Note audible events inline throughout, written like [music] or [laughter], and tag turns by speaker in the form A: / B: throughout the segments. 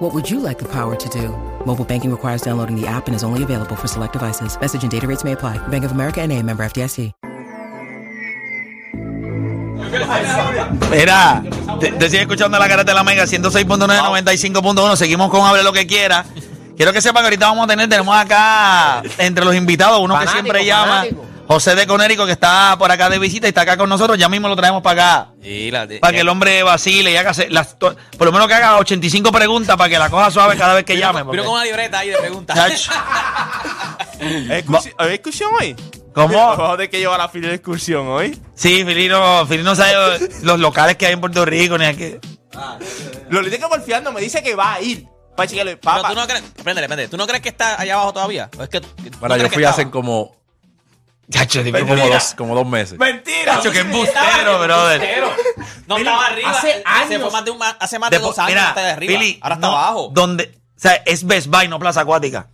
A: What would you like the power to do? Mobile banking requires downloading the app and is only available for select devices. Message and data rates may apply. Bank of America and a member FDIC.
B: Mira, te, te sigue escuchando la cara de la Mega 106.9, 95.1. Seguimos con Hable lo que quiera. Quiero que sepan que ahorita vamos a tener, tenemos acá entre los invitados uno que
C: Fanático,
B: siempre llama,
C: fanático.
B: José de Conérico, que está por acá de visita y está acá con nosotros. Ya mismo lo traemos para acá.
D: Sí, la de-
B: Para que el hombre vacile y haga se- las, to- por lo menos que haga 85 preguntas para que la cosa suave cada vez que
D: Mira,
B: llame.
D: mira
B: porque-
D: con una libreta ahí de preguntas.
B: Chacho,
E: Excursi- ¿Hay excursión hoy?
B: ¿Cómo?
E: Vamos a tener que llevar la fila de excursión hoy.
B: Sí, Filino, Filino sabe los locales que hay en Puerto Rico. Ni aquí. Eh.
E: Lolita que porfiando me dice que va a ir. Para chequearlo.
D: Pero
E: Papá.
D: tú no crees, préndele, préndele. ¿Tú no crees que está allá abajo todavía? ¿O es que,
F: Bueno, yo fui hace como,
B: Chacho, tipo,
F: como,
B: como
E: Mentira.
F: dos, como dos meses.
E: ¡Mentira!
B: Chacho, que embustero, brother.
D: No
E: Mira,
D: estaba arriba.
E: hace
D: eh, hace
E: años.
D: más de un ma- hace más de
B: Después-
D: dos años
B: mira,
D: está de arriba.
B: Pili,
D: Ahora está
B: no,
D: abajo.
B: Donde, o sea, es Best Buy, no Plaza Acuática.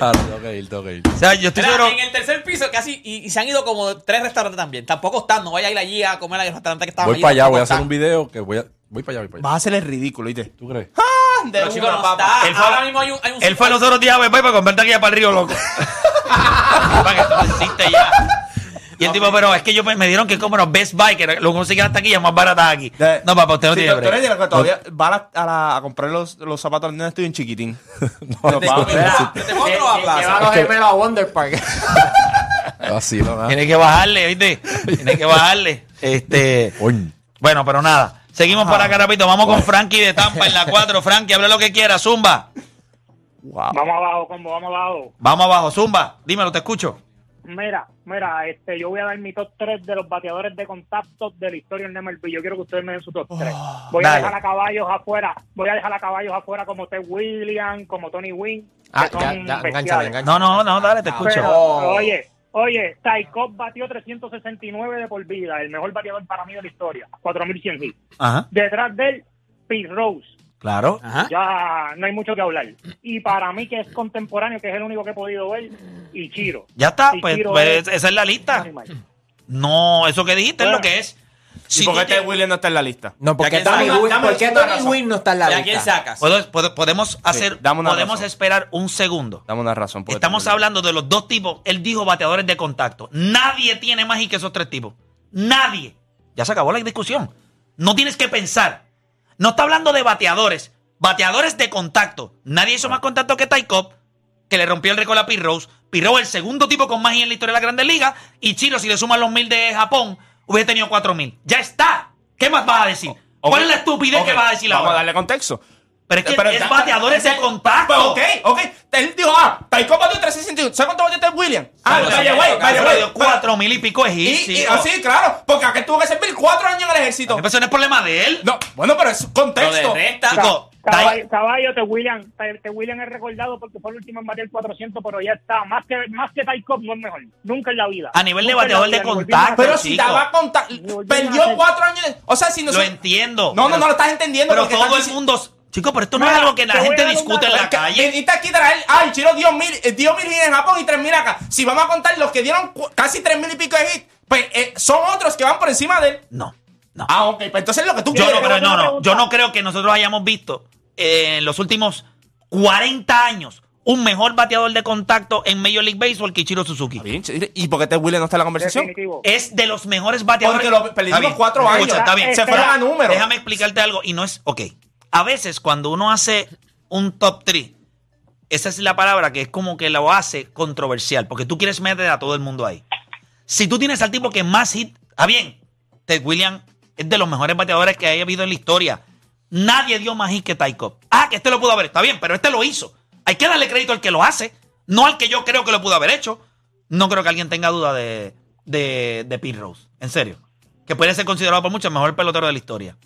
F: Ah, tengo que ir, tengo que ir.
B: O sea, yo estoy
D: Mira,
B: seguro.
D: en el tercer piso casi, y, y se han ido como tres restaurantes también. Tampoco están, no vaya a ir allí a comer al restaurante que estaba
F: Voy para allá, voy a hacer un video que voy a... Voy para allá, voy para allá.
E: Vas a hacer el ridículo, ¿viste?
F: ¿Tú crees?
E: De
D: Pero chicos,
E: una,
D: no
E: papá.
D: está.
B: Él fue-
D: Ahora mismo hay un, hay un
B: Él fue los otros días a Best Buy para comprarte aquí para el río
D: [laughs]
B: loco. para que tú existe ya. Y el tipo, pero es que yo me, me dieron que como los Best Buy, que lo conseguí hasta aquí, ya más barata aquí.
E: De-
B: No, papá, usted no
E: Sí,
B: tiene
E: pero tú eres de
B: break.
E: los que todavía va a, la- a la- a comprar los, los zapatos al nene, estoy en chiquitín.
F: No, no,
E: te-
F: no,
E: espera.
F: no,
D: Te pongo otro Este, a plaza.
C: Lleva los gemelos a Wonder Park.
F: Así, Ah, no, nada.
B: Tiene que bajarle, ¿viste? Tiene que [laughs] bajarle. Este.
F: Coño.
B: Bueno, pero nada. Seguimos para acá, rapidito. Vamos con Frankie de Tampa en la [laughs] 4. Frankie, hable lo que quiera, Zumba.
G: Vamos abajo, combo, vamos abajo.
B: Vamos abajo, Zumba. Dímelo, te escucho.
G: Mira, mira, este, yo voy a dar mi top 3 de los bateadores de contacto de la historia en MLB. Yo quiero que ustedes me den su top 3.
C: Ah,
G: Voy a
B: dale.
G: dejar a caballos afuera. Voy a dejar a caballos afuera como Ted Williams, como Tony Wynn. que
C: Ah,
G: son
C: ya, ya,
G: bestiales.
C: enganchale,
B: No,
C: enganchale.
B: no, no, dale, te escucho.
G: Pero,
C: Oh.
G: Oye, oye, Ty Cobb batió 369 de por vida. El mejor bateador para mí de la historia. 4100 hits.
B: Ajá,
G: Detrás de él, Pete Rose.
B: claro.
D: Ajá.
G: Ya no hay mucho que hablar. Y para mí, que es contemporáneo, que es el único que he podido ver, y Chiro.
B: Ya está, pues, pues, esa es la
G: un
B: lista.
G: animal.
B: No, eso que dijiste es lo que es. Si
E: ¿Y por
B: tú
E: qué este
B: te-
E: William no está en la lista?
C: No,
D: Ya
C: porque
D: que
C: Tony
D: saca-
C: Wynn-
E: dame
C: ¿por qué
E: una
C: Tony
E: razón.
C: Wynn no está en la
D: ¿Y
C: lista?
D: a quién sacas?
B: Puedo- puedo- podemos hacer,
E: dame una
B: podemos
E: razón.
B: esperar un segundo.
E: Dame una razón. este porque
B: Estamos
E: tengo-
B: hablando de los dos tipos. Él dijo bateadores de contacto. Nadie tiene más y que esos tres tipos. Nadie. Ya se acabó la discusión. No tienes que pensar. No está hablando de bateadores. Bateadores de contacto. Nadie
E: Ah.
B: hizo más contacto que Ty Cobb, que le rompió el récord a Pete Rose. Pete Rose, el segundo tipo con más y en la historia de la Grandes Ligas. Y Chiro, si le suman los mil de Japón, hubiese tenido cuatro mil. Ya está. ¿Qué más vas a decir?
E: Ok,
B: ¿Cuál es la estupidez
E: ok,
B: que vas a decir
E: Vamos a
B: ahora?
E: darle contexto.
B: Pero es que
E: Pero
B: es
E: ya-
B: bateadores de
E: ese-
B: contacto.
E: Pues, ok, ok. Él dijo, ah, Taiko batió 361. ¿Sabes cuánto batió Ted Williams? Ah,
B: Pero
E: vaya,
B: se-
E: güey,
B: pero
E: vaya,
B: le dio
E: güey.
B: cuatro mil y pico de hits,
E: Y, y
B: hijo.
E: así, claro, porque aquel tuvo que servir cuatro años en el ejército.
B: Eso no es problema de él.
E: No, bueno, pero es
D: Lo de
E: contexto.
D: resta.
B: Chico, Ty-
G: Caballo, caballo, te William, te, te William es recordado porque fue el último en bater el 400, pero ya está. Más que, más que Ty Cobb no es mejor. Nunca en la vida.
B: A nivel de
G: Nunca en la
B: bateador de
G: vida, ni volvimos
B: contacto,
G: a hacer.
E: Pero si
B: Chico.
E: daba contacto,
G: Volvieron a
E: perdió
G: hacer-
E: cuatro años. en- O sea, si no
B: lo
E: se-
B: entiendo.
E: No, no,
B: Pero-
E: no lo estás entendiendo.
B: Pero
E: porque
B: todo
E: estás
B: el
E: dic-
B: mundo. Chico, pero esto no es
G: Mira,
B: algo que la
G: te voy
B: gente
G: a dar un
B: discute en
G: dato.
B: la
G: Es que-
B: calle.
E: Viniste aquí a traer, ay, Chiro dio mil, eh, dio mil hits en Japón y tres mil acá. Si vamos a contar los que dieron cu- casi tres mil y pico de hits, pues eh, son otros que van por encima de él.
B: No, no.
E: Ah, ok, pues entonces lo que tú
B: Yo no,
E: quieres.
B: creo, no,
G: otra
B: no.
G: pregunta.
B: Yo no creo que nosotros hayamos visto eh, en los últimos 40 años un mejor bateador de contacto en Major League Baseball que Ichiro Suzuki.
E: Bien, Chiro, ¿Y por qué Ted Williams no está en la conversación?
G: Definitivo.
B: Es de los mejores bateadores.
E: Porque lo perdimos
B: Está bien,
E: cuatro
B: escucha,
E: años.
B: está bien.
G: Se
B: Espera,
E: fueron a números.
B: Déjame explicarte algo. Y no es. Ok. A veces, cuando uno hace un top 3, esa es la palabra que es como que lo hace controversial. Porque tú quieres meter a todo el mundo ahí. Si tú tienes al tipo que más hit. Está bien. Ted Williams es de los mejores bateadores que haya habido en la historia. Nadie dio más hit que Ty Cobb. Ah, que este lo pudo haber. Está bien, pero este lo hizo. Hay que darle crédito al que lo hace, no al que yo creo que lo pudo haber hecho. No creo que alguien tenga duda de, de, de Pete Rose. En serio. Que puede ser considerado por muchos el mejor pelotero de la historia.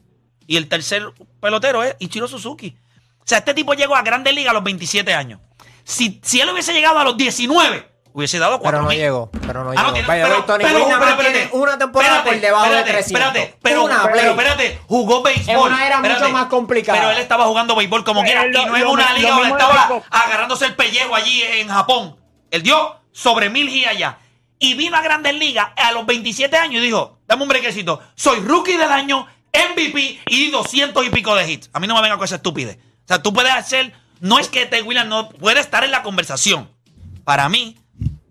B: Y el tercer pelotero es Ichiro Suzuki. O sea, este tipo llegó a Grandes Ligas a los 27 años. Si, si él hubiese llegado a los 19, Hubiese dado
C: Pero
B: cuatro
C: no
B: mil.
C: llegó, pero no
B: Ah,
C: llegó.
B: no, tiene-
C: Vaya,
B: pero-
C: Tony
B: pero-
C: Brown
B: pero-
C: nada más tiene
B: espérate,
C: una temporada
B: espérate,
C: por debajo
B: espérate,
C: de 300.
B: Espérate, pero,
C: Una
B: pero,
C: play.
B: espérate, jugó béisbol.
C: En una era mucho
B: espérate.
C: más complicada.
B: Pero él estaba jugando béisbol como
G: Eh,
B: quiera y
G: lo-
B: no en
G: lo
B: una
G: mi-
B: liga
G: lo
B: donde
G: mismo de
B: estaba
G: béisbol.
B: agarrándose el pellejo allí en Japón. Él dio sobre mil y allá. Y vino a Grandes Ligas a los 27 años y dijo, dame un brequecito, soy rookie del año, MVP y di 200 y pico de hits. A mí no me venga con esa estupidez. O sea, tú puedes hacer, no es que Ted Williams no puede estar en la conversación. Para mí,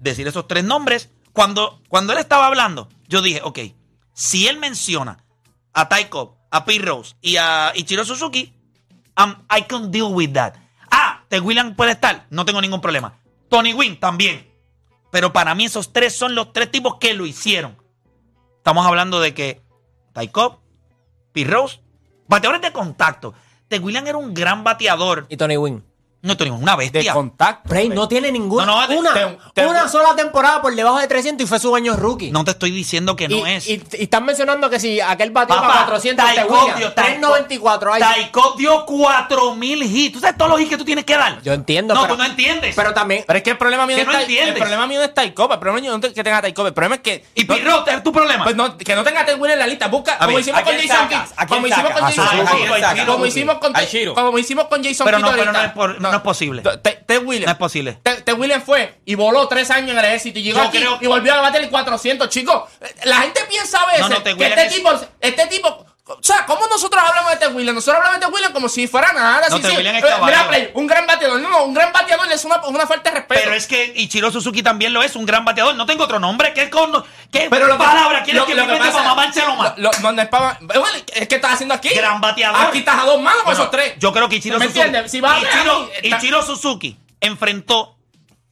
B: decir esos tres nombres, cuando, cuando él estaba hablando, yo dije, ok, si él menciona a Ty Cobb, a Pete Rose y a Ichiro Suzuki, I'm- I can deal with that. Ah, Ted Williams puede estar, no tengo ningún problema. Tony Wynn también. Pero para mí esos tres son los tres tipos que lo hicieron. Estamos hablando de que Ty Cobb, Pete Rose, bateadores de contacto. Ted Williams era un gran bateador.
C: Y Tony Wynn.
B: No Tony Wynn, una
E: De
B: bestia.
E: contacto.
C: Bray no tiene ninguna.
B: No, no, te-
C: una,
E: te- te-
C: una sola temporada por debajo de 300 y fue su año rookie.
B: No te estoy diciendo que no
C: y,
B: es.
C: Y, y están mencionando que si aquel batió
B: Papá,
C: para 400, te
B: Tycoon
C: Williams,
B: dio-
C: 394. ay,
B: Ty Cobb dio 4000 hits. ¿Tú sabes todos los hits que tú tienes que dar?
C: yo entiendo.
B: No,
C: pero,
B: tú no entiendes.
C: Pero también.
E: Pero es que el problema mío
B: Que
E: no
B: no
E: es Ty- El
B: entiendes.
E: problema mío no es Ty Cobb, El problema mío no es que tenga Ty Cobb, El problema es que.
B: y
E: no-
B: Pete Rose es tu problema.
E: Pues no, que no tenga Ted Williams en la lista. Busca, como
B: bien,
E: hicimos
D: ¿a
E: con
D: quién
E: Jason
D: sacas?
E: Kidd.
D: ¿A quién
E: Como hicimos
D: sacas?
E: con
D: A
E: Jason
B: Suzuki.
E: Kidd.
B: ¿A quién sacas?
E: Como hicimos con
D: A Shiro.
E: Como hicimos con Jason
B: Pero
E: Kidd
B: no, pero
E: ahorita.
B: no es por- no es posible.
E: Ted- Ted Williams.
B: No es posible.
E: Ted Ted Williams fue y voló tres años en el ejército y llegó
B: Yo
E: aquí
B: creo-
E: y volvió a bater el 400, chicos. Eh, La gente piensa a veces
B: No, no, Ted
E: que
B: Williams
E: este
B: es-
E: tipo, este tipo... O sea, ¿cómo nosotros hablamos de Ted Williams? Nosotros hablamos de Ted Williams como si fuera nada.
B: No,
E: sí,
B: Ted
E: sí.
B: Williams es
E: Eh,
B: caballo.
E: Mira, Play, un gran bateador. No, no, un gran bateador es una, una falta de respeto.
B: Pero es que Ichiro Suzuki también lo es, un gran bateador. No tengo otro nombre. ¿Qué, con, qué
E: Pero lo que-
B: palabra quieres
E: lo-
B: que
E: lo
B: me meta
E: pasa-
B: para mamárselo más?
E: lo- lo- no, no es para- bueno, es que estás haciendo aquí.
B: Gran bateador.
E: Aquí estás a dos manos con
B: Bueno,
E: esos tres.
B: Yo creo que Ichiro
E: ¿Me
B: Suzuki.
E: entiendes? Si vas a ver
B: Ichiro-
E: a mí, está-
B: Ichiro Suzuki enfrentó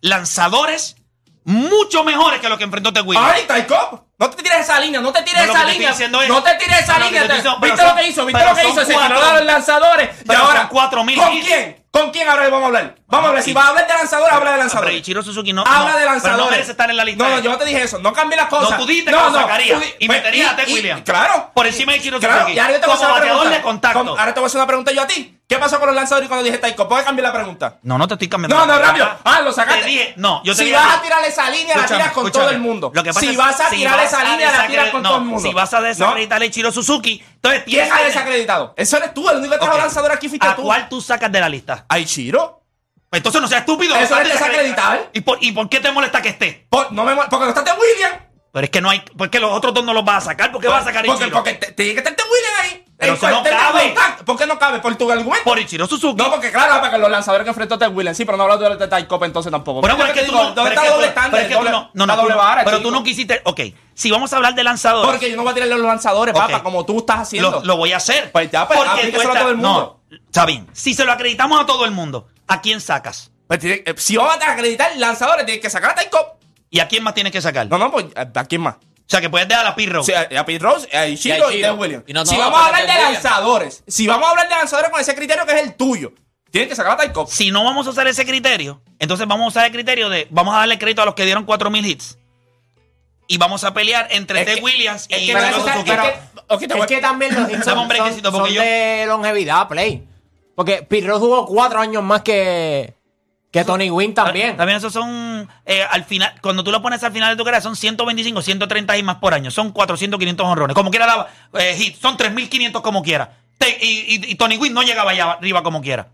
B: lanzadores mucho mejores que los que enfrentó Ted Williams.
E: Ay, Ty Cobb, No te tires esa línea, no te
B: No,
E: tires
B: lo
E: esa
B: que te estoy
E: línea.
B: diciendo es-
E: no te tires esa
B: no, lo que
E: línea.
B: te estoy diciendo-
E: ¿Viste
B: pero
E: lo que
B: son-
E: hizo? ¿Viste
B: pero
E: lo que
B: son
E: hizo? Se
B: cuatro-
E: tiraron los lanzadores. Y
B: pero
E: ahora.
B: son cuatro mil
E: ¿Con
B: hits.
E: quién? ¿Con quién ahora vamos a hablar? Vamos a hablar. Si vas a hablar de lanzadores, habla de
B: Pero
E: lanzadores.
B: Ichiro Suzuki no.
E: Habla
B: no,
E: de lanzadores.
B: Pero no merece estar en la lista.
E: No, no, yo no te dije eso. No cambié las cosas.
B: No, tú dijiste que lo sacarías
E: tú di-
B: y meterías a Ted
E: y- y-
B: Williams.
E: Claro.
B: Por encima de Ichiro
E: Claro,
B: Suzuki.
E: y ahora yo te
B: como
E: voy a hacer una
B: bateador
E: pregunta.
B: de contacto.
E: Con- ahora te voy a hacer una pregunta yo a ti. ¿Qué pasó con los lanzadores cuando dije Ty Cobb? ¿Puedes cambiar la pregunta?
B: No, no te estoy cambiando.
E: No,
B: la
E: no,
B: pregunta.
E: rápido. Ah, lo sacaste.
B: Te dije, no, yo te
E: Si
B: dije-
E: vas a tirar esa línea, la
B: Escúchame,
E: tiras con
B: escúchame.
E: todo el mundo.
B: Lo que pasa
E: si
B: es-
E: vas a
B: si
E: tirar
B: vas
E: esa
B: a
E: línea, la tiras
B: desacredi-
E: con
B: no,
E: todo el mundo.
B: Si vas a desacreditar a Ichiro Suzuki, entonces
E: ¿Quién
B: tienes
E: está
B: que-
E: desacreditado? Eso eres tú, el único que trajo
B: Ok.
E: este lanzador aquí fuiste
B: ¿A
E: tú.
B: cuál tú sacas de la lista?
E: ¿A Ichiro?
B: Pues Entonces no seas estúpido.
E: Eso
B: estás
E: es desacreditar.
B: desacreditado. ¿Y por, ¿Y por qué te molesta que esté?
E: Por- no me mol- porque no está Ted Williams.
B: Pero es que no hay. Porque los otros dos no los vas a sacar. ¿Por qué vas a sacar a
E: porque,
B: Ichiro?
E: porque te, tiene que estar Ted Williams ahí.
B: Pero
E: El
B: si no
E: cuartel de
B: cabe.
E: contacto. Ah, ¿Por qué no cabe? ¿Por tu argumento?
B: Por Ichiro Suzuki.
E: No, porque claro, para que los lanzadores que enfrentó Ted Williams. Sí, pero no hablas de Ty Cobb entonces tampoco.
B: Bueno, pero
E: Yo
B: es que
E: te
B: tú
E: digo,
B: no.
E: ¿Dónde
B: pero
E: está
B: es
E: el
B: que
E: doble
B: tú- pero es
E: estándar?
B: que tú
E: Doble-
B: no- no,
E: la
B: no, tú
E: doble
B: no-
E: vara,
B: Pero
E: chico.
B: tú no quisiste. Ok, si vamos a hablar de lanzadores.
E: Porque yo no voy a tirarle a los lanzadores,
B: Ok.
E: papá, como tú estás haciendo.
B: Lo, lo voy a hacer.
E: Pues ya, pues, aplícaselo a todo el mundo.
B: No, está bien. Si se lo acreditamos a todo el mundo, ¿a quién sacas?
E: Pues tiene- eh, si vas a acreditar lanzadores, tienes que sacar a Ty Cobb.
B: ¿Y a quién más tienes que sacar?
E: No, no, pues ¿a a quién más?
B: O sea, que puedes dejar a Pirro.
E: O sea, a Pete Rose, a Ichiro y
D: Ichiro.
E: Ted Williams.
D: Y no, no,
E: si
D: no,
E: vamos
D: pero
E: a hablar de
D: Ted Williams.
E: lanzadores, si vamos a hablar de lanzadores con ese criterio que es el tuyo, tienes que sacar a Ty Cobb.
B: si no vamos a usar ese criterio, entonces vamos a usar el criterio de vamos a darle crédito a los que dieron 4000 hits. Y vamos a pelear entre
E: Es
B: Ted
E: que-
B: Williams
E: es
B: y
E: que
C: pero
E: no
B: Ichiro
C: eso está-
B: Suzuki.
E: pero-
C: es que-
E: ok, te voy-
C: es que también los hits
B: Dame
C: son,
B: un brequecito,
C: son-
B: porque yo-
C: son de longevidad, Play. Porque Pirro jugó cuatro años más que, que Tony Wynn también.
B: Ah, También esos son eh, al final, cuando tú lo pones al final de tu carrera, son 125, 130 y más por año. Son 400, 500 honrones. Como quiera daba eh, hits, son 3500 como quiera. Te- y, y- y Tony Wynn no llegaba allá arriba como quiera.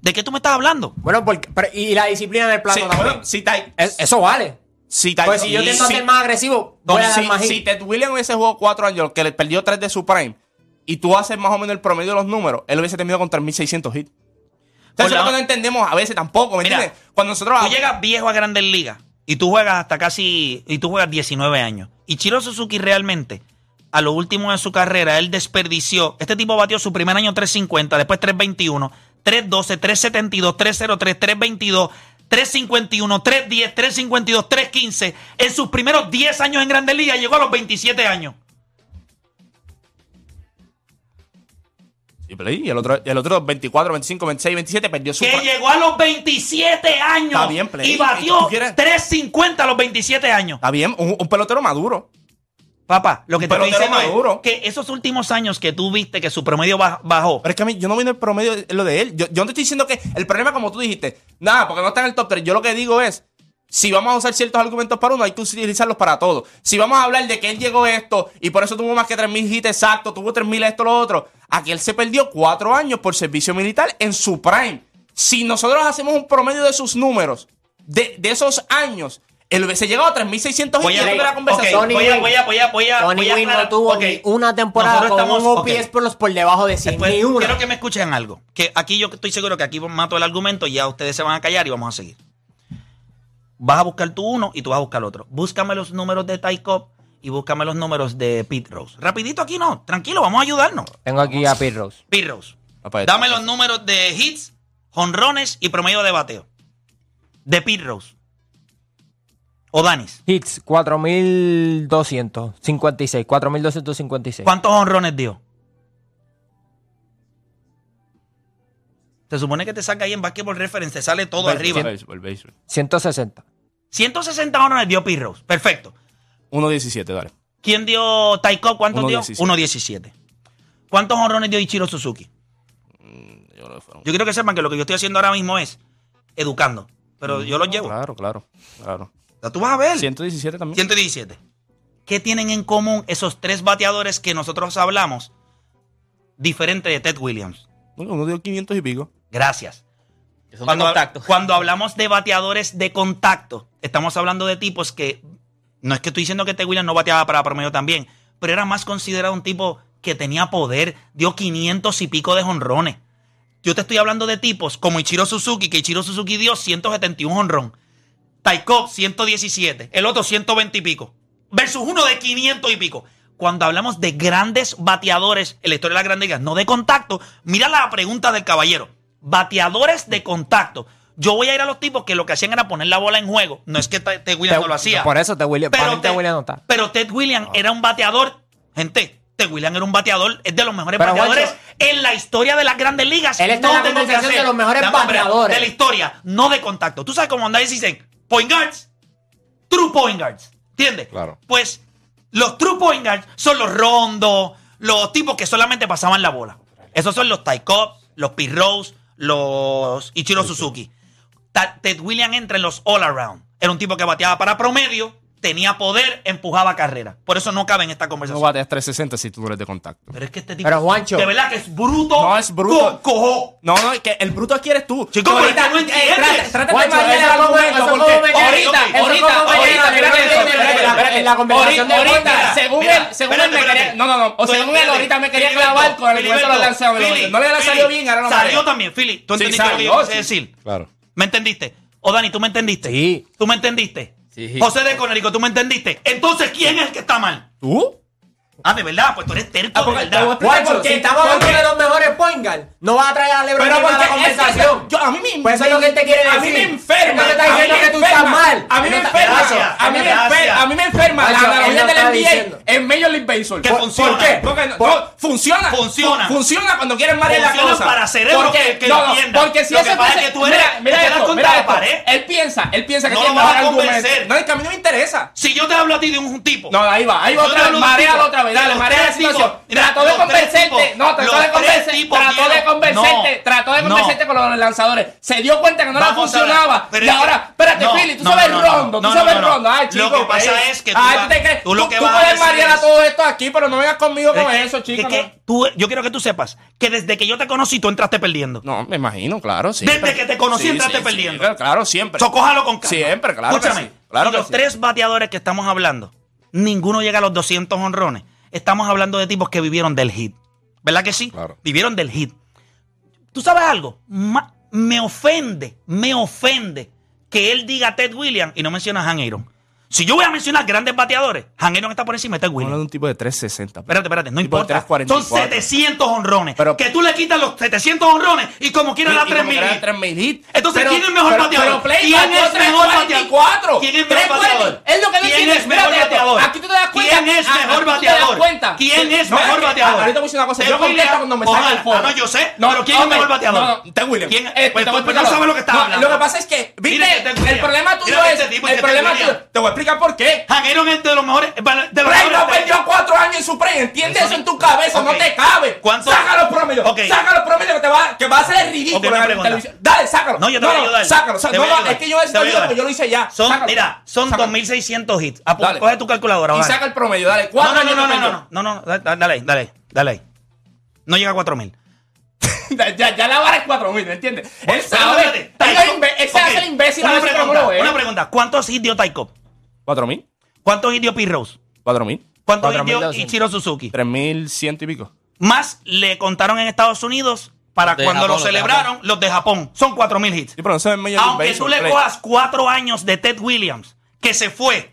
B: ¿De qué tú me estás hablando?
C: Bueno, porque, pero- y la disciplina del plato
E: Sí,
C: también.
E: bueno, si Ty-
C: Es- eso vale.
E: si Ty
C: Pues si yo
E: si-
C: tiendo a
E: si-
C: ser más agresivo, voy a dar
E: si,
C: más hit.
E: si Ted Williams hubiese jugado cuatro años, que le perdió tres de su prime, y tú haces más o menos el promedio de los números, él hubiese terminado con 3.600 hits. O
B: Por
E: sea, Eso
B: la-
E: es lo que no entendemos a veces tampoco, ¿me
B: Mira,
E: entiendes? Cuando nosotros
B: Tú llegas viejo a Grandes Ligas y tú juegas hasta casi. Y tú juegas 19 años. Y Chiro Suzuki realmente, a lo último de su carrera, él desperdició. Este tipo batió su primer año 350, después 321, 312, 372, 303, 322. 351, 310, 352, 315. En sus primeros 10 años en Grandes Ligas llegó a los 27 años.
E: Y por ahí, y el otro, y el otro 24, 25, 26, 27 perdió su
B: Que
E: prime.
B: llegó a los 27 años.
E: Está bien, Play.
B: Y
E: ¿Y tú
B: batió
E: quieres?
B: 350 a los 27 años.
E: Está bien, un, un pelotero maduro.
B: Papá, lo que te
E: Pero
B: estoy
E: te lo
B: diciendo es
E: maduro.
B: que esos últimos años que tú viste que su promedio baj- bajó,
E: Pero es que a mí, yo no vino el promedio de- lo de él. Yo, yo no te estoy diciendo que el problema, como tú dijiste, nada, porque no está en el top 3. Yo lo que digo es Si vamos a usar ciertos argumentos para uno, hay que utilizarlos para todo. Si vamos a hablar de que él llegó esto y por eso tuvo más que 3.000 hits exacto, tuvo 3.000 esto, lo otro, aquí él se perdió cuatro años por servicio militar en su prime. Si nosotros hacemos un promedio de sus números, de, de esos años, él hubiese llegado a 3.600
B: Voy
E: hits.
B: a,
E: y yo tuve la
B: ok,
E: conversación.
C: Tony
B: voy a,
C: Wynn.
B: voy a, voy a, voy a,
C: Tony
B: voy a
C: Wynn no
B: aclarar-
C: tuvo
B: ok.
C: ni una temporada
B: Nosotros
C: con un
B: estamos- ok.
C: OPS por los por debajo de 100.
B: Después,
C: ni una.
B: quiero que me escuchen algo. Que aquí yo estoy seguro que aquí mato el argumento y ya ustedes se van a callar y vamos a seguir. Vas a buscar tú uno y tú vas a buscar otro. Búscame los números de Ty Cobb y búscame los números de Pete Rose. Rapidito aquí no, tranquilo, vamos a ayudarnos.
C: Tengo aquí a Pete Rose.
B: Pete Rose.
E: Papá, esto-
B: Dame los números de hits, jonrones y promedio de bateo. De Pete Rose. O Danis.
C: Hits, 4.256. 4.256.
B: ¿Cuántos honrones dio? Se supone que te saca ahí en Basketball Reference, te sale todo arriba.
C: 160.
B: 160 honrones dio Pirros. Perfecto.
E: 1.17, dale.
B: ¿Quién dio Taiko? ¿Cuántos dio?
E: 1.17.
B: 1.17. ¿Cuántos honrones dio Ichiro Suzuki? Yo quiero que sepan que lo que yo estoy haciendo ahora mismo es educando. Pero yo los llevo.
E: Claro, claro, claro.
B: O sea, Tú vas a ver.
E: 117 también.
B: 117. ¿Qué tienen en común esos tres bateadores que nosotros hablamos diferente de Ted Williams?
E: Bueno, Uno dio 500 y pico.
B: Gracias.
D: Que son de
B: Cuando,
D: contacto.
B: cuando hablamos de bateadores de contacto, estamos hablando de tipos que. No es que estoy diciendo que Ted Williams no bateaba para promedio también, pero era más considerado un tipo que tenía poder, dio 500 y pico de jonrones. Yo te estoy hablando de tipos como Ichiro Suzuki, que Ichiro Suzuki dio 171 jonrón. Taiko 117, el otro 120 y pico, versus uno de 500 y pico. Cuando hablamos de grandes bateadores en la historia de las grandes ligas, no de contacto, mira la pregunta del caballero. Bateadores de contacto. Yo voy a ir a los tipos que lo que hacían era poner la bola en juego. No es que Ted Ted Williams no lo hacía.
C: Por eso te William, para mí
B: pero,
C: te
B: Ted,
C: Williams no está.
B: pero Ted
C: Ah.
B: Williams era un bateador. Gente, Ted Williams era un bateador. Es de los mejores
C: Pero,
B: bateadores
C: Juancho,
B: en la historia de las grandes ligas.
C: Él está en la
B: tengo que
C: conversación
B: hacer-
C: de los mejores
B: Dame, hombre,
C: bateadores.
B: De la historia, no de contacto. Tú sabes cómo andáis dicen point guards, true point guards. ¿Entiendes?
F: Claro.
B: Pues los true point guards son los rondos, los tipos que solamente pasaban la bola. Esos son los Ty Cobb, los Pete Rose, los Ichiro Suzuki. Ta- Ted Williams entra en los all around. Era un tipo que bateaba para promedio, tenía poder, empujaba carrera. Por eso no cabe en esta
E: No
B: conversación.
E: bateas 360 si tú no eres de contacto.
B: pero es que este tipo.
C: Pero, Juancho.
B: De verdad que es bruto.
E: No, es bruto.
B: Con cojo.
E: No, no, es que el bruto aquí eres tú.
B: Chico,
E: Que
B: pero es que no entiendes.
E: eh, trata- trata de
C: Guacho,
E: mañana
C: eso
E: el
C: como-
E: argumento,
C: eso como
E: porque
C: mañana,
E: ahorita, ahorita,
C: eso como mañana,
E: ahorita, espérate,
C: espérate, espérate,
E: espérate,
C: espérate,
E: espérate.
C: en la conversación
E: Ahorita,
C: de
E: ahorita,
C: podcast.
E: según
B: Mira,
E: él, según
B: espérate,
E: él me
B: espérate.
E: quería- no, no, no, o
B: Tú
E: según él
B: entiendes.
E: ahorita me quería
B: Filiberto,
E: clavar con el argumento de los
B: Filiberto,
E: lanzadores.
B: Fili,
E: No le salió
B: Fili,
E: bien, ahora no
B: Salió
E: mareé.
B: también, Philly. ¿Tú
E: Sí,
B: entendiste lo que yo
E: salió,
B: quise
E: sí.
B: decir?
F: Claro.
B: ¿Me entendiste? O Dani, ¿tú me entendiste?
C: Sí.
B: ¿Tú me entendiste?
D: Sí.
B: José de Conérico, ¿tú me entendiste? Entonces, ¿quién es el que está mal?
E: ¿Tú?
B: Ah, de verdad, pues tú eres terco,
E: Ah,
B: de
E: porque te voy a
B: verdad.
E: explicar por
C: Guacho,
E: qué,
C: si estamos hablando
E: porque-
C: de los mejores point guard, no vas a traer a LeBron
E: Pero
C: James a
E: porque
C: la conversación.
E: yo, a mí me
C: Pues eso es lo que él te quiere
E: A mí
C: decir.
E: me enferma.
C: Él no te está
E: a mí
C: diciendo
E: me
C: que tú estás
E: enferma,
C: mal.
E: A mí
C: Él
E: me
C: no está-
E: enferma.
B: Gracias,
E: A mí me
B: gracias.
E: enferma. A mí me enferma. La
C: Macho,
E: analogía
C: él no
E: del
C: está
E: NBA
C: diciendo.
E: en Major League Baseball.
B: Que
E: ¿Por-
B: funciona.
E: ¿Por qué? Porque no- no, funciona.
B: Funciona.
E: Fu- Funciona cuando quieren marear la
B: Funciona
E: cosa.
B: para cerebro
E: ¿Por qué?
B: que- que
E: No, no,
B: entienda.
E: Porque si
B: Lo que
E: ese
B: pasa es
E: fuese-
B: que tú eres-
E: Mira, mira
B: te quedas
E: esto,
B: contra
E: mira
B: la
E: esto.
B: pared.
E: Él piensa, él piensa que
B: No lo
E: tiene
B: vas a
E: mejor argumento.
B: convencer.
E: No, es que a mí no me interesa.
B: Si yo te hablo a ti de un tipo.
E: No, ahí va, ahí va
B: Yo te
E: otra
B: hablo de
E: vez,
B: un
E: marealo
B: tipo.
E: otra vez,
B: Los
E: dale, marea la
B: tres tipos.
E: situación.
B: Mira,
E: Trató de
B: los tres
E: convencerte,
B: tipos.
E: no, trató
B: Los
E: de
B: tres
E: convencerte,
B: tipos
E: trató de
B: vieron.
E: convencerte,
B: No.
E: trató de
B: No.
E: convencerte con los lanzadores. Se dio cuenta que no, le
B: Vamos a ver,
E: funcionaba.
B: pero
E: y
B: es que-
E: ahora, espérate,
B: No,
E: Philly, tú
B: no,
E: sabes
B: no, no,
E: rondo,
B: no,
E: tú
B: no,
E: sabes
B: no, no.
E: rondo. Ay,
B: Lo
E: chico,
B: que pasa
E: ¿qué
B: es que tú
E: Ay,
B: vas-
E: te crees-
B: tú lo que vas a
E: puedes
B: decir
E: marear a
B: es-
E: todo esto aquí, pero no vengas conmigo
B: Es
E: con
B: que-
E: eso, chico.
B: es que tú- yo quiero que tú sepas que desde que yo te conocí, tú entraste perdiendo.
E: No, me imagino, claro, sí.
B: Desde que te conocí, entraste perdiendo.
E: Claro, siempre.
B: Socójalo con calma.
E: Siempre, claro que
B: Escúchame,
E: sí, claro
B: y
E: que
B: los
E: sí.
B: tres bateadores que estamos hablando, ninguno llega a los 200 honrones. Estamos hablando de tipos que vivieron del hit. ¿Verdad que sí?
F: Claro.
B: Vivieron del hit. ¿Tú sabes algo? Ma- me ofende, me ofende que él diga Ted Williams y no menciona a Han Aaron. Si yo voy a mencionar grandes bateadores, Han Aaron está por encima de Ted
E: Habla
B: Williams.
E: de un tipo de 360.
B: Espérate, espérate, no
E: Tipo
B: importa.
E: 344.
B: Son 700 honrones.
E: Pero-
B: que tú le quitas los 700 honrones y como quiera da 3000. Entonces, ¿quién es mejor bateador?
E: Pero Play
B: ¿Quién es mejor bateador?
E: 4.
B: ¿Quién es mejor bateador?
E: Es lo que no
B: ¿Quién
E: entiendes.
B: es mejor
E: Espérate esto.
B: bateador?
E: Aquí tú te das cuenta.
B: ¿Quién es
E: Ah,
B: mejor
E: aquí tú te das
B: bateador?
E: cuenta.
B: ¿Quién es
E: No,
B: mejor
E: que-
B: bateador?
E: Ahorita voy a decir una cosa.
B: Ted
E: Yo contesto
B: Williams,
E: cuando me
B: ojalá.
E: salga el foro.
B: Ah, no, yo sé, pero ¿quién es
E: ok.
B: mejor bateador?
E: No, no, Ted Williams.
B: ¿Quién es?
E: Este,
B: Pues,
E: te voy a
B: pues,
E: explicar
B: no sabes
E: algo.
B: lo que estás
E: No,
B: hablando.
E: Lo que pasa este es que,
B: Mira que
E: viste,
B: Ted Williams.
E: el problema tuyo
B: Mira que
E: es.
B: este tipo es
E: El
B: Ted
E: problema
B: Williams.
E: tuyo. Te voy a explicar por qué.
B: Han Aaron es de los mejores. De los
E: Play
B: mejores-
E: no perdió cuatro años su prey, entiende eso en tu cabeza,
B: Ok.
E: no te cabe.
B: ¿Cuánto-
E: Saca los promedios,
B: Ok.
E: saca los promedios que te va, que va a hacer el ridículo
B: Ok, una
E: en la
B: pregunta.
E: televisión. Dale, sácalo.
B: No, yo te voy a ayudar.
E: Sácalo,
B: Te
E: sácalo.
B: voy a
E: No, no,
B: ayudar.
E: es que yo necesito
B: Te voy a
E: ayuda
B: ayudar.
E: porque yo lo hice ya.
B: Son,
E: Sácalo.
B: mira, son
E: Sácalo.
B: 2.600 hits. Apu-
E: Dale.
B: Coge tu calculadora.
E: Y
B: va.
E: saca el promedio, dale.
B: No, no,
E: Cuatro
B: no,
E: años
B: no,
E: de
B: no,
E: promedio.
B: no, no, no, da- da- dale, ahí, dale, ahí, dale. ahí. No llega a 4.000.
E: [laughs] Ya, ya, ya la vara es 4000, ¿me entiendes? Él sabe.
B: Espérate,
E: Él
B: Ty
E: es
B: Cobb.
E: imbe- Él se
B: Ok,
E: hace el imbécil a
B: Una
E: veces como lo
B: pregunta,
E: ve.
B: una pregunta. ¿Cuántos hits dio Taiko?
E: ¿4000?
B: ¿Cuántos hits dio Pirros?
E: ¿4000?
B: ¿Cuántos hits dio
C: 4.200.
B: Ichiro Suzuki?
E: 3100 y pico.
B: Más le contaron en Estados Unidos para
D: De
B: cuando
D: Japón,
B: lo
D: los de
B: celebraron los de Japón. Son 4.000 hits.
E: Sí, pero no se ve medio
B: Aunque tú le cojas cuatro años de Ted Williams, que se fue,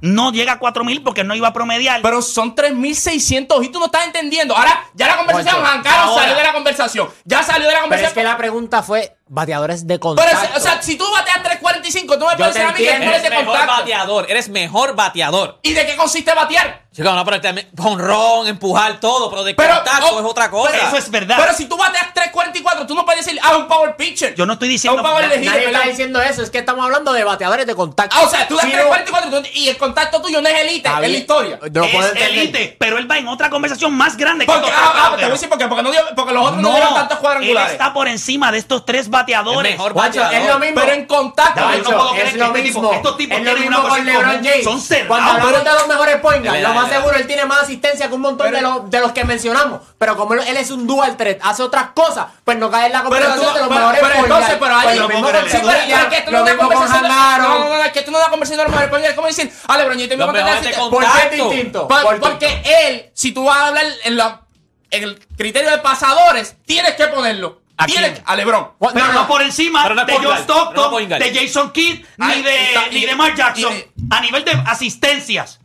B: no llega a 4.000 porque no iba a promediar.
E: Pero son 3600 y tú no estás entendiendo. Ahora, ya la conversación,
C: Juancho,
E: Jancaro
D: ahora.
E: salió de la conversación. Ya salió de la
C: Pero es
E: conversación.
C: que la pregunta fue bateadores de
E: Pero,
C: contacto.
E: o sea, si tú bateas 345, tú me
C: te
E: puedes decir a mí que
C: entiendo,
E: no eres
D: Eres
E: de
D: mejor
E: contacto.
D: bateador, eres mejor bateador.
E: ¿Y de qué consiste batear?
D: Chico, no, pero también honrón, empujar todo, pero de
E: Pero,
D: contacto
E: oh,
D: es otra cosa.
B: pero eso es verdad.
E: Pero si tú bateas 344, tú no puedes decir, ah, un power pitcher.
B: Yo no estoy diciendo-
E: Ah, Un power
B: Na-
E: elegido,
C: Nadie está
E: ¿verdad?
C: diciendo eso, es que estamos hablando de bateadores de contacto.
E: Ah, o sea, tú das
C: Si no-
E: 344 y el contacto tuyo no es elite,
C: Está
E: es la
C: bien.
E: historia.
C: Yo lo puedo
B: es
F: pues,
C: entender.
B: elite, pero él va en otra conversación más grande que
E: Porque,
B: estos tres
E: ah, ah, te voy a
B: peloteros.
E: decir por qué, porque, no dio- porque los otros no, dieron tantos
B: él
E: cuadrangulares.
B: está por encima de estos tres bateadores.
D: Es mejor
C: Guacho, es lo
D: bateador.
C: mismo.
E: Pero en contacto.
B: Ya,
E: Juancho,
B: yo no puedo creer
C: es
B: que
C: lo
B: este tipo-
C: mismo.
B: estos tipos
C: es lo
B: tienen
C: mismo
B: una
C: con
B: cosa en
C: LeBron
B: común.
C: James.
B: Son cerrados,
C: Cuando hablamos de
B: pero-
C: los mejores point guard,
D: Dale,
C: lo
D: dale,
C: más
D: dale.
C: seguro él tiene más asistencia que un montón
E: Pero-
C: de, los, de los que mencionamos. Pero como él, él es un dual threat, hace otras cosas, pues no cae en la
E: Pero, tú,
C: conversación de los
E: pero-
C: mejores
E: pero
C: point
E: entonces,
C: guard.
E: pero ahí
C: Pues
B: no
C: lo mismo
B: puedo
C: con
B: creer.
E: Sí, pero-
C: Sevilla,
E: pero es que esto no
C: lo
E: es una
C: mismo con
E: conversación de-
C: Janaro.
E: No, no, no, es que esto no es una conversación normal. Pero es como decir, ah, LeBron, yo te
D: Los
E: voy a
D: mejores de
E: contar-
C: ¿Por qué es
D: Contacto.
C: distinto?
E: Por-
C: ¿Por qué?
E: porque él, si tú vas a hablar en, la- en el criterio de pasadores, tienes que ponerlo.
B: ¿A
E: Tienes
B: quién?
E: que- a Lebron.
C: What?
B: Pero
C: No,
B: no,
C: no.
B: por encima
D: Pero no es
B: de
D: point
B: John
D: guard, pero no
B: Stockton,
D: point guard.
B: de Jason Kidd,
E: Ay,
B: ni de,
E: está-
B: ni
E: y-
B: de Mark Jackson.
E: y de-
B: a nivel de asistencias.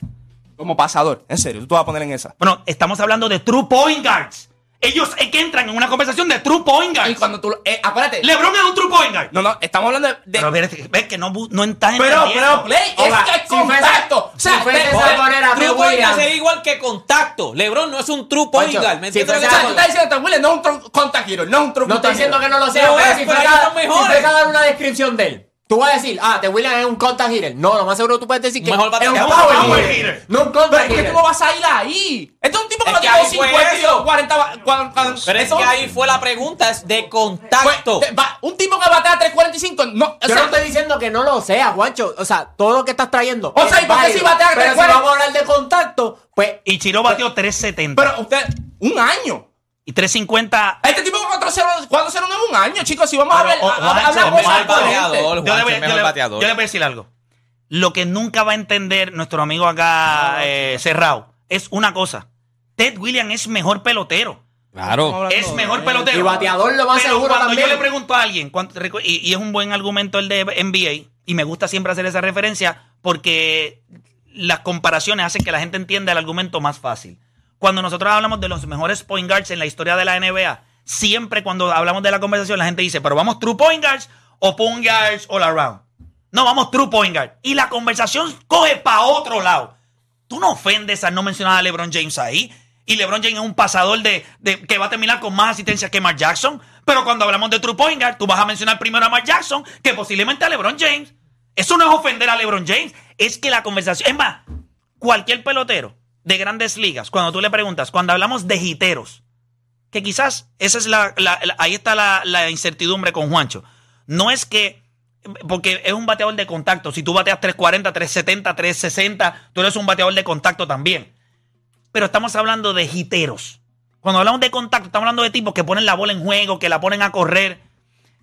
E: Como pasador, en serio, tú te vas a poner en esa.
B: Bueno, estamos hablando de true point guards. Ellos es que entran en una conversación de true point
E: Y
B: guards.
E: cuando tú. lo- eh, acuérdate.
B: LeBron es un true point guard.
E: No, no, estamos hablando de. de-
B: Pero ves, ves que no, bu- no estás
E: pero,
B: entendiendo.
E: pero, Play,
C: Oiga,
E: es que es
C: si fuese-
E: contacto.
C: si fuese
E: te-
C: esa
E: te-
C: manera,
E: tú-
C: True
D: True point
C: guard.
D: guard sería igual que contacto. LeBron no es un true point
C: Pancho,
D: guard. ¿Me
C: si
D: entiendes lo
E: O
D: que
C: fuese
D: te
E: sea,
C: esa-
E: tú
D: digo?
E: estás diciendo, Will, no es un tron- contact hero, no es un tron
C: No estoy
E: contact
C: diciendo
E: hero.
C: que no lo sea,
D: Pero
C: pero
D: es,
C: si
D: pero
C: fuese
D: ellos
C: a-
D: son
C: si
D: mejores.
C: fuese a dar una descripción de él. Tú vas a decir, ah, te Williams es un contact hitter. No, lo más seguro tú puedes decir que
D: Mejor
C: es un
D: bateador.
C: power,
B: Es un power
C: hitter,
B: hitter.
C: No un
E: Pero
C: contact
E: es que
C: hitter.
E: tú no vas a ir ahí. Este es un tipo que
D: Es que
E: no tiene
D: ahí fue
E: 52,
D: eso.
E: 40. cua- cua-
D: Pero es
E: eso-
D: que ahí fue la pregunta, es de contacto.
E: Fue- te- va- un tipo que batea 345, no. o
C: Yo
E: sea,
C: no estoy diciendo que no lo sea, Juancho. O sea, todo lo que estás trayendo.
E: O sea,
C: es
E: ¿y por qué
C: válido.
E: si batea
C: Pero si
E: 340?
C: vamos a hablar de contacto, pues.
B: Y Chiro batió 370.
E: pero usted, un año.
B: y 350.
E: Este tipo cuando se cuando se un año, chicos, si vamos a
B: Pero,
E: ver,
B: o-
E: a- a-
B: Juancho,
E: hablar
B: vamos
E: cosas
B: al bateador,
E: coherentes.
D: Juancho,
B: Yo le, voy,
D: es
B: yo
D: mejor
B: le-
D: bateador.
B: yo le voy a decir algo. Lo que nunca va a entender nuestro amigo acá eh, Cerrado es una cosa. Ted Williams es mejor pelotero.
D: Claro.
B: Es mejor pelotero.
C: Y bateador lo más
B: Pero
C: seguro
B: cuando
C: también.
B: yo le pregunto a alguien, cuánto- recu- y, y es un buen argumento el de NBA, y me gusta siempre hacer esa referencia porque las comparaciones hacen que la gente entienda el argumento más fácil. Cuando nosotros hablamos de los mejores point guards en la historia de la NBA, siempre cuando hablamos de la conversación la gente dice, pero vamos true point guards o point guards all around. No, vamos true point guard. Y la conversación coge para otro lado. Tú no ofendes a no mencionar a LeBron James ahí. Y LeBron James es un pasador de, de- que va a terminar con más asistencias que Mark Jackson. Pero cuando hablamos de True Point Guard, tú vas a mencionar primero a Mark Jackson que posiblemente a LeBron James. Eso no es ofender a LeBron James. Es que la conversación. Es más, cualquier pelotero de grandes ligas, cuando tú le preguntas, cuando hablamos de jiteros, que quizás esa es la, la- la- ahí está la, la incertidumbre con Juancho. No es que porque es un bateador de contacto, si tú bateas 340, 370, 360, tú eres un bateador de contacto también. Pero estamos hablando de jiteros. Cuando hablamos de contacto, estamos hablando de tipos que ponen la bola en juego, que la ponen a correr.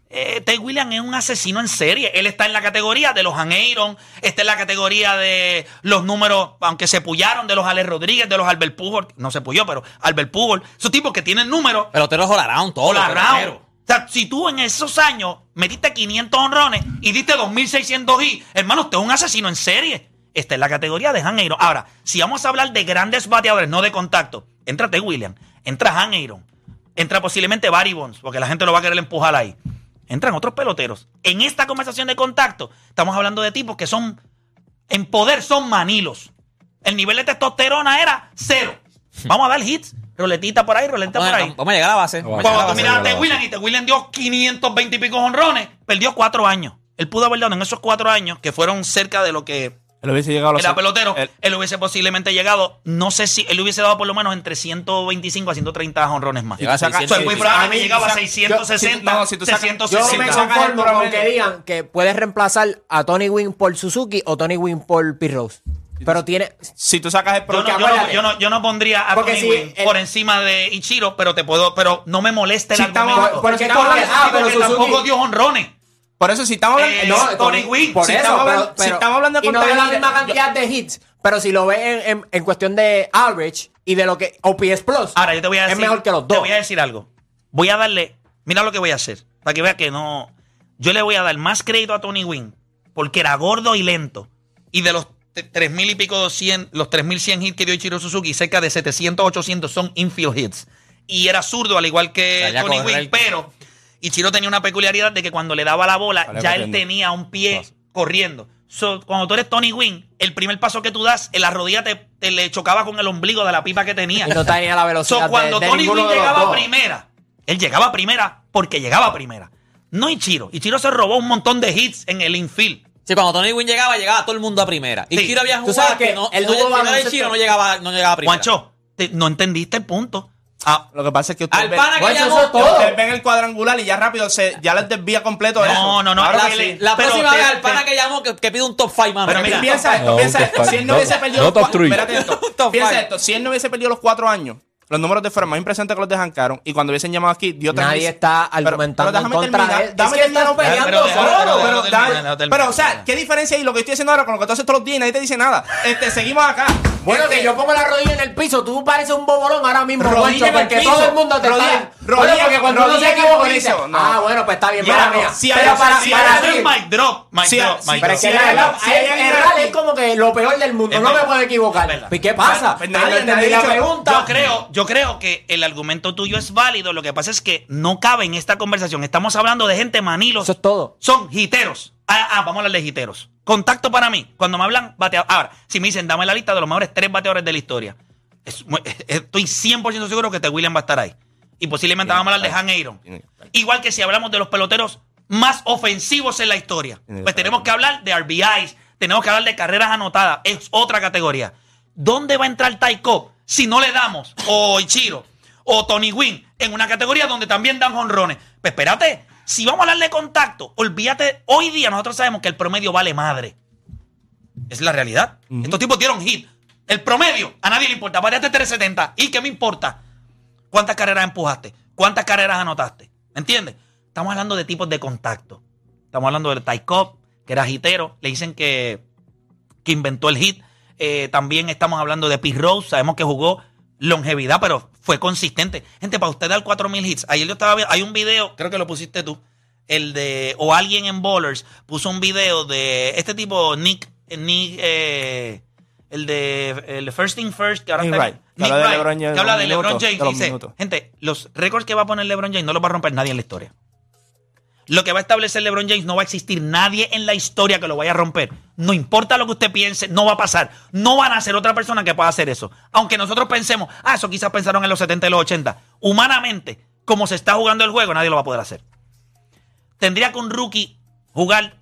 B: Eh, Ted Williams es un asesino en serie. Él está en la categoría de los Han Aaron, está en la categoría de los números, aunque se pullaron, de los Alex Rodríguez, de los Albert Pujol. No se pulló, pero Albert Pujol. Esos tipos que tienen números
D: Peloteros all around, todo.
B: all around.
D: pelotero.
B: O sea, si tú en esos años metiste 500 honrones y diste 2.600 y, hermano, usted es un asesino en serie. Esta es la categoría de Han Aaron. Ahora, si vamos a hablar de grandes bateadores, no de contacto, entrate William, entra Han Aaron, entra posiblemente Barry Bonds, porque la gente lo va a querer empujar ahí. Entran otros peloteros. En esta conversación de contacto, estamos hablando de tipos que son, en poder son manilos. El nivel de testosterona era cero. Vamos a dar hits, roletita por ahí, roletita
D: Vamos
B: por ahí.
D: a- vamos a llegar a la base.
F: Vamos a
C: Pues
D: Vamos a
B: Cuando tú
D: llegar a
B: miras
D: la
F: Claro,
B: a Ted
F: claro.
B: Williams y Ted Williams dio 520 y pico honrones, perdió cuatro años. Él pudo haber dado en esos cuatro años, que fueron cerca de lo que
E: Él hubiese llegado a los.
B: Era pelotero.
E: Él-
B: Él hubiese posiblemente llegado, no sé si él hubiese dado por lo menos entre 125 a 130 honrones más.
D: Llega a
B: O sea, es muy
D: 600.
B: probable
E: A
B: que
E: mí,
B: llegaba a
E: sa-
B: 660,
E: yo- no, si tú sacas-
C: Yo me
B: 660.
C: conformo con que
E: Promedio.
C: digan que puedes reemplazar a Tony Wynn por Suzuki o Tony Wynn por Pirros. Pero tiene.
E: Si tú sacas el
B: Yo no,
E: promedio-
B: yo, no,
C: acuérdate.
B: yo, no, yo no pondría a
C: Porque
B: Tony
C: si
B: Wynn
C: el-
B: por encima de Ichiro, pero te puedo, pero no me molesta el
E: Si estamos-
B: argumento.
E: por-
C: Porque
E: si estamos
C: Tony-
E: hablando-
C: ah,
B: Sí,
C: pero
B: porque tampoco
C: Suzuki.
B: dio honrones.
E: Por eso, si estamos hablando.
B: Eh,
E: no,
B: Tony Wynn,
C: Por
E: si
C: eso,
E: estamos hablando-
C: pero-
E: si
C: pero-
E: estamos hablando de
C: y no dio la
E: contabilidad,
C: misma cantidad de hits, pero si lo ves en, en- en cuestión de average y de lo que OPS Plus,
B: Ahora yo te voy a decir.
C: es mejor que los
B: Te
C: dos.
B: voy a decir algo. Voy a darle. Mira lo que voy a hacer. Para que veas que no. Yo le voy a dar más crédito a Tony Wynn. Porque era gordo y lento. Y de los t- 3.000 y pico, 100, los 3.100 hits que dio Ichiro Suzuki, cerca de 700, 800 son infield hits. Y era zurdo, al igual que
D: Salía a
B: Tony
D: correr.
B: Wynn. Pero Ichiro tenía una peculiaridad de que cuando le daba la bola,
F: Salía
B: ya él
F: corriendo.
B: tenía un pie
F: Paso.
B: corriendo. So, cuando tú eres Tony Wynn, el primer paso que tú das, en la rodilla te, te le chocaba con el ombligo de la pipa que tenía.
C: Y no tenía la velocidad.
B: So,
C: de-
B: cuando
C: de
B: Tony
C: ninguno
B: Wynn
C: de los
B: llegaba
C: dos.
B: primera, él llegaba primera porque llegaba primera. No Ichiro. Ichiro se robó un montón de hits en el infield.
D: Sí, cuando Tony Wynn llegaba, llegaba todo el mundo a primera. Y
B: Sí.
D: Chiro había
C: Tú
D: jugado
C: sabes
D: que
C: que
D: no,
C: el
D: no,
C: nuevo
D: no, era el
C: baloncesto-
D: Chiro no llegaba, no llegaba a primera.
B: Juancho, te- no entendiste el punto. Ah,
E: Lo que pasa es que ustedes
D: Al
E: ven,
D: pana que
C: Juancho,
D: llamó.
C: eso es todo.
E: ustedes ven el cuadrangular y ya rápido se, ya les desvía completo eso.
B: no, no, no.
E: Claro
D: La,
E: que sí.
D: la
B: Pero
D: próxima
B: te-
D: vez al pana
B: te-
D: que llamó que, que pide un top 5, mano.
B: Pero
D: Que
B: mira,
D: pida-
E: piensa esto,
F: No,
E: piensa
F: top
E: esto.
F: five.
E: Si él no
F: No,
E: hubiese perdido.
F: no top
E: los cua-
F: three.
E: Espérate esto.
D: Top
E: Piensa
D: five.
E: esto. Si él no hubiese perdido los cuatro años, los números de fuera más impresionantes que los de Hancaron, y cuando hubiesen llamado aquí, dio tres
C: Nadie
E: mil-
C: está
E: Pero-
C: argumentando
E: pero déjame
C: en contra
E: terminar,
C: de él.
E: déjame
C: Es que ellos están
E: terminar.
C: peleando
B: Pero-
C: solo.
E: Pero, pero,
B: déjalo
E: dame-
B: terminar, déjalo terminar.
E: pero, o sea, ¿qué diferencia hay lo que estoy haciendo ahora con lo que tú haces todos los días y nadie te dice nada? Este, seguimos acá.
C: Bueno,
E: Este,
C: que yo pongo la rodilla en el piso, tú pareces un bobolón ahora mismo,
E: Rodilla
C: Juancho,
E: en el
C: porque
E: piso.
C: todo el mundo te
E: Rodilla-
C: está...
E: rodilla-
C: Bueno, porque cuando uno
E: rodilla
C: se
E: en el
C: equivoca,
E: piso.
C: dice,
E: No.
C: ah, bueno, pues está bien,
E: Ya,
C: mala
E: no.
C: mía.
E: Si
C: pero
E: hay-
C: para,
E: si
C: para
E: hay-
B: eso
C: ti-
B: es mic drop, mic
E: Sí,
B: drop,
E: sí,
B: mic
C: Pero
B: drop.
C: es que
E: Sí,
C: la-
E: hay-
C: la-
E: sí,
C: el-
E: hay-
C: errar es como que lo peor del mundo,
B: Es
C: no me
B: verdad.
C: puedo
B: Es verdad.
C: equivocar. ¿Y qué pasa?
E: Pues nadie-
C: Nadie entendí
E: nadie
C: la
E: ha dicho-
C: pregunta.
B: Yo creo, yo creo que el argumento tuyo es válido. Lo que pasa es que no cabe en esta conversación. Estamos hablando de gente manilos.
C: Eso es todo.
B: Son jiteros. Ah, ah, vamos a hablar de jiteros. Contacto para mí. Cuando me hablan, bateadores. Ahora, si me dicen, dame la lista de los mejores tres bateadores de la historia. es mu- estoy 100% seguro que Te William va a estar ahí. Y posiblemente vamos a hablar de Han Aaron. Igual que si hablamos de los peloteros más ofensivos en la historia. Pues tenemos que hablar de RBIs, tenemos que hablar de carreras anotadas. Es otra categoría. ¿Dónde va a entrar Ty Cobb si no le damos o Ichiro o Tony Wynn en una categoría donde también dan honrones? Pues espérate, si vamos a hablar de contacto, olvídate, hoy día nosotros sabemos que el promedio vale madre. Es la realidad. Estos tipos dieron hit. El promedio, a nadie le importa. Bateaste 370. ¿Y qué me importa? ¿Cuántas carreras empujaste? ¿Cuántas carreras anotaste? ¿Me entiendes? Estamos hablando de tipos de contacto. Estamos hablando del Ty Cobb, que era hitero. Le dicen que, que inventó el hit. Eh, también estamos hablando de Pete Rose. Sabemos que jugó longevidad, pero fue consistente. Gente, para usted dar 4.000 hits. Ayer yo estaba viendo, hay un video, creo que lo pusiste tú, el de, o alguien en Bowlers puso un video de este tipo, Nick, Nick, eh, el de el de First Thing First, que ahora
E: Nick
B: está-
E: Wright, que habla de
B: Wright,
E: LeBron James,
B: que habla de
E: los minutos,
B: LeBron James.
E: de los
B: dice,
E: minutos.
B: gente, los récords que va a poner LeBron James no los va a romper nadie en la historia. Lo que va a establecer LeBron James no va a existir nadie en la historia que lo vaya a romper. No importa lo que usted piense, no va a pasar. No van a ser otra persona que pueda hacer eso. Aunque nosotros pensemos, ah, eso quizás pensaron en los 70 y los 80. Humanamente, como se está jugando el juego, nadie lo va a poder hacer. Tendría que un rookie jugar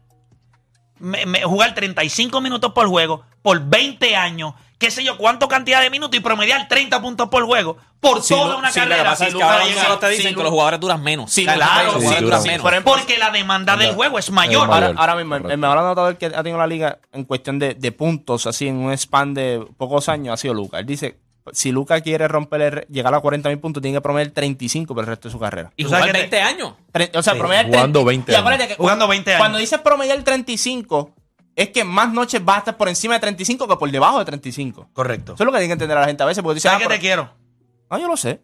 B: me- me- jugar 35 minutos por juego por 20 años, qué sé yo, cuánto cantidad de minutos y promediar 30 puntos por juego por
E: Sí,
B: toda
E: no,
B: una
E: sí,
D: Lo que
B: carrera.
D: pasa es que
B: para
D: ahora
B: llegar.
D: solo te dicen
E: sí,
D: que los jugadores duran menos.
E: Sí,
D: O sea, los
E: claro,
D: jugadores duran
F: sí, duran.
D: menos.
E: Por ejemplo,
B: porque la demanda del juego es mayor.
F: es mayor.
E: Ahora, ahora mismo, el- el
F: Correcto.
E: mejor anotador que ha tenido la liga en cuestión de, de puntos, así en un span de pocos años, ha sido Luca. Él dice: si Luca quiere romper, el- llegar a 40 mil puntos, tiene que promediar 35 por el resto de su carrera.
D: Y
B: Tú sabes
D: jugar
B: que te-
D: 20 años.
E: Tre- O sea,
B: Sí.
E: promediar
F: Jugando
E: 30
F: 20
E: y acuérdate
B: años.
E: que
B: Jugando 20 años.
E: Cuando dices promediar 35, es que más noches va a estar por encima de 35 que por debajo de 35.
B: Correcto.
E: Eso es lo que tiene que entender la gente a veces, porque tú dices,
B: ¿Sabes
E: ah,
B: que
E: pero-
B: te quiero?
E: Ah, yo lo sé.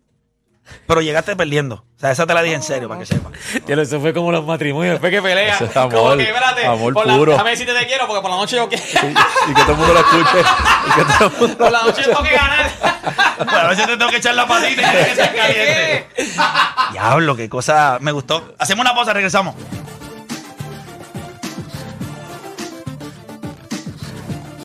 B: Pero llegaste perdiendo. O sea, esa te la dije en serio, para que sepas.
D: Eso fue como los matrimonios. Después que pelea.
F: Ese es amor,
D: Como que, espérate,
F: amor
D: por la-
F: puro.
D: Déjame decirte te quiero porque por la noche yo que-
F: Y, y que todo el mundo lo escuche. Y que todo el
D: [laughs]
F: mundo
D: Por la noche tengo que ganar.
B: Bueno, [laughs] a veces te tengo que echar la [laughs] patita y tienes que ser caliente. Diablo, qué cosa. Me gustó. Hacemos una pausa, regresamos.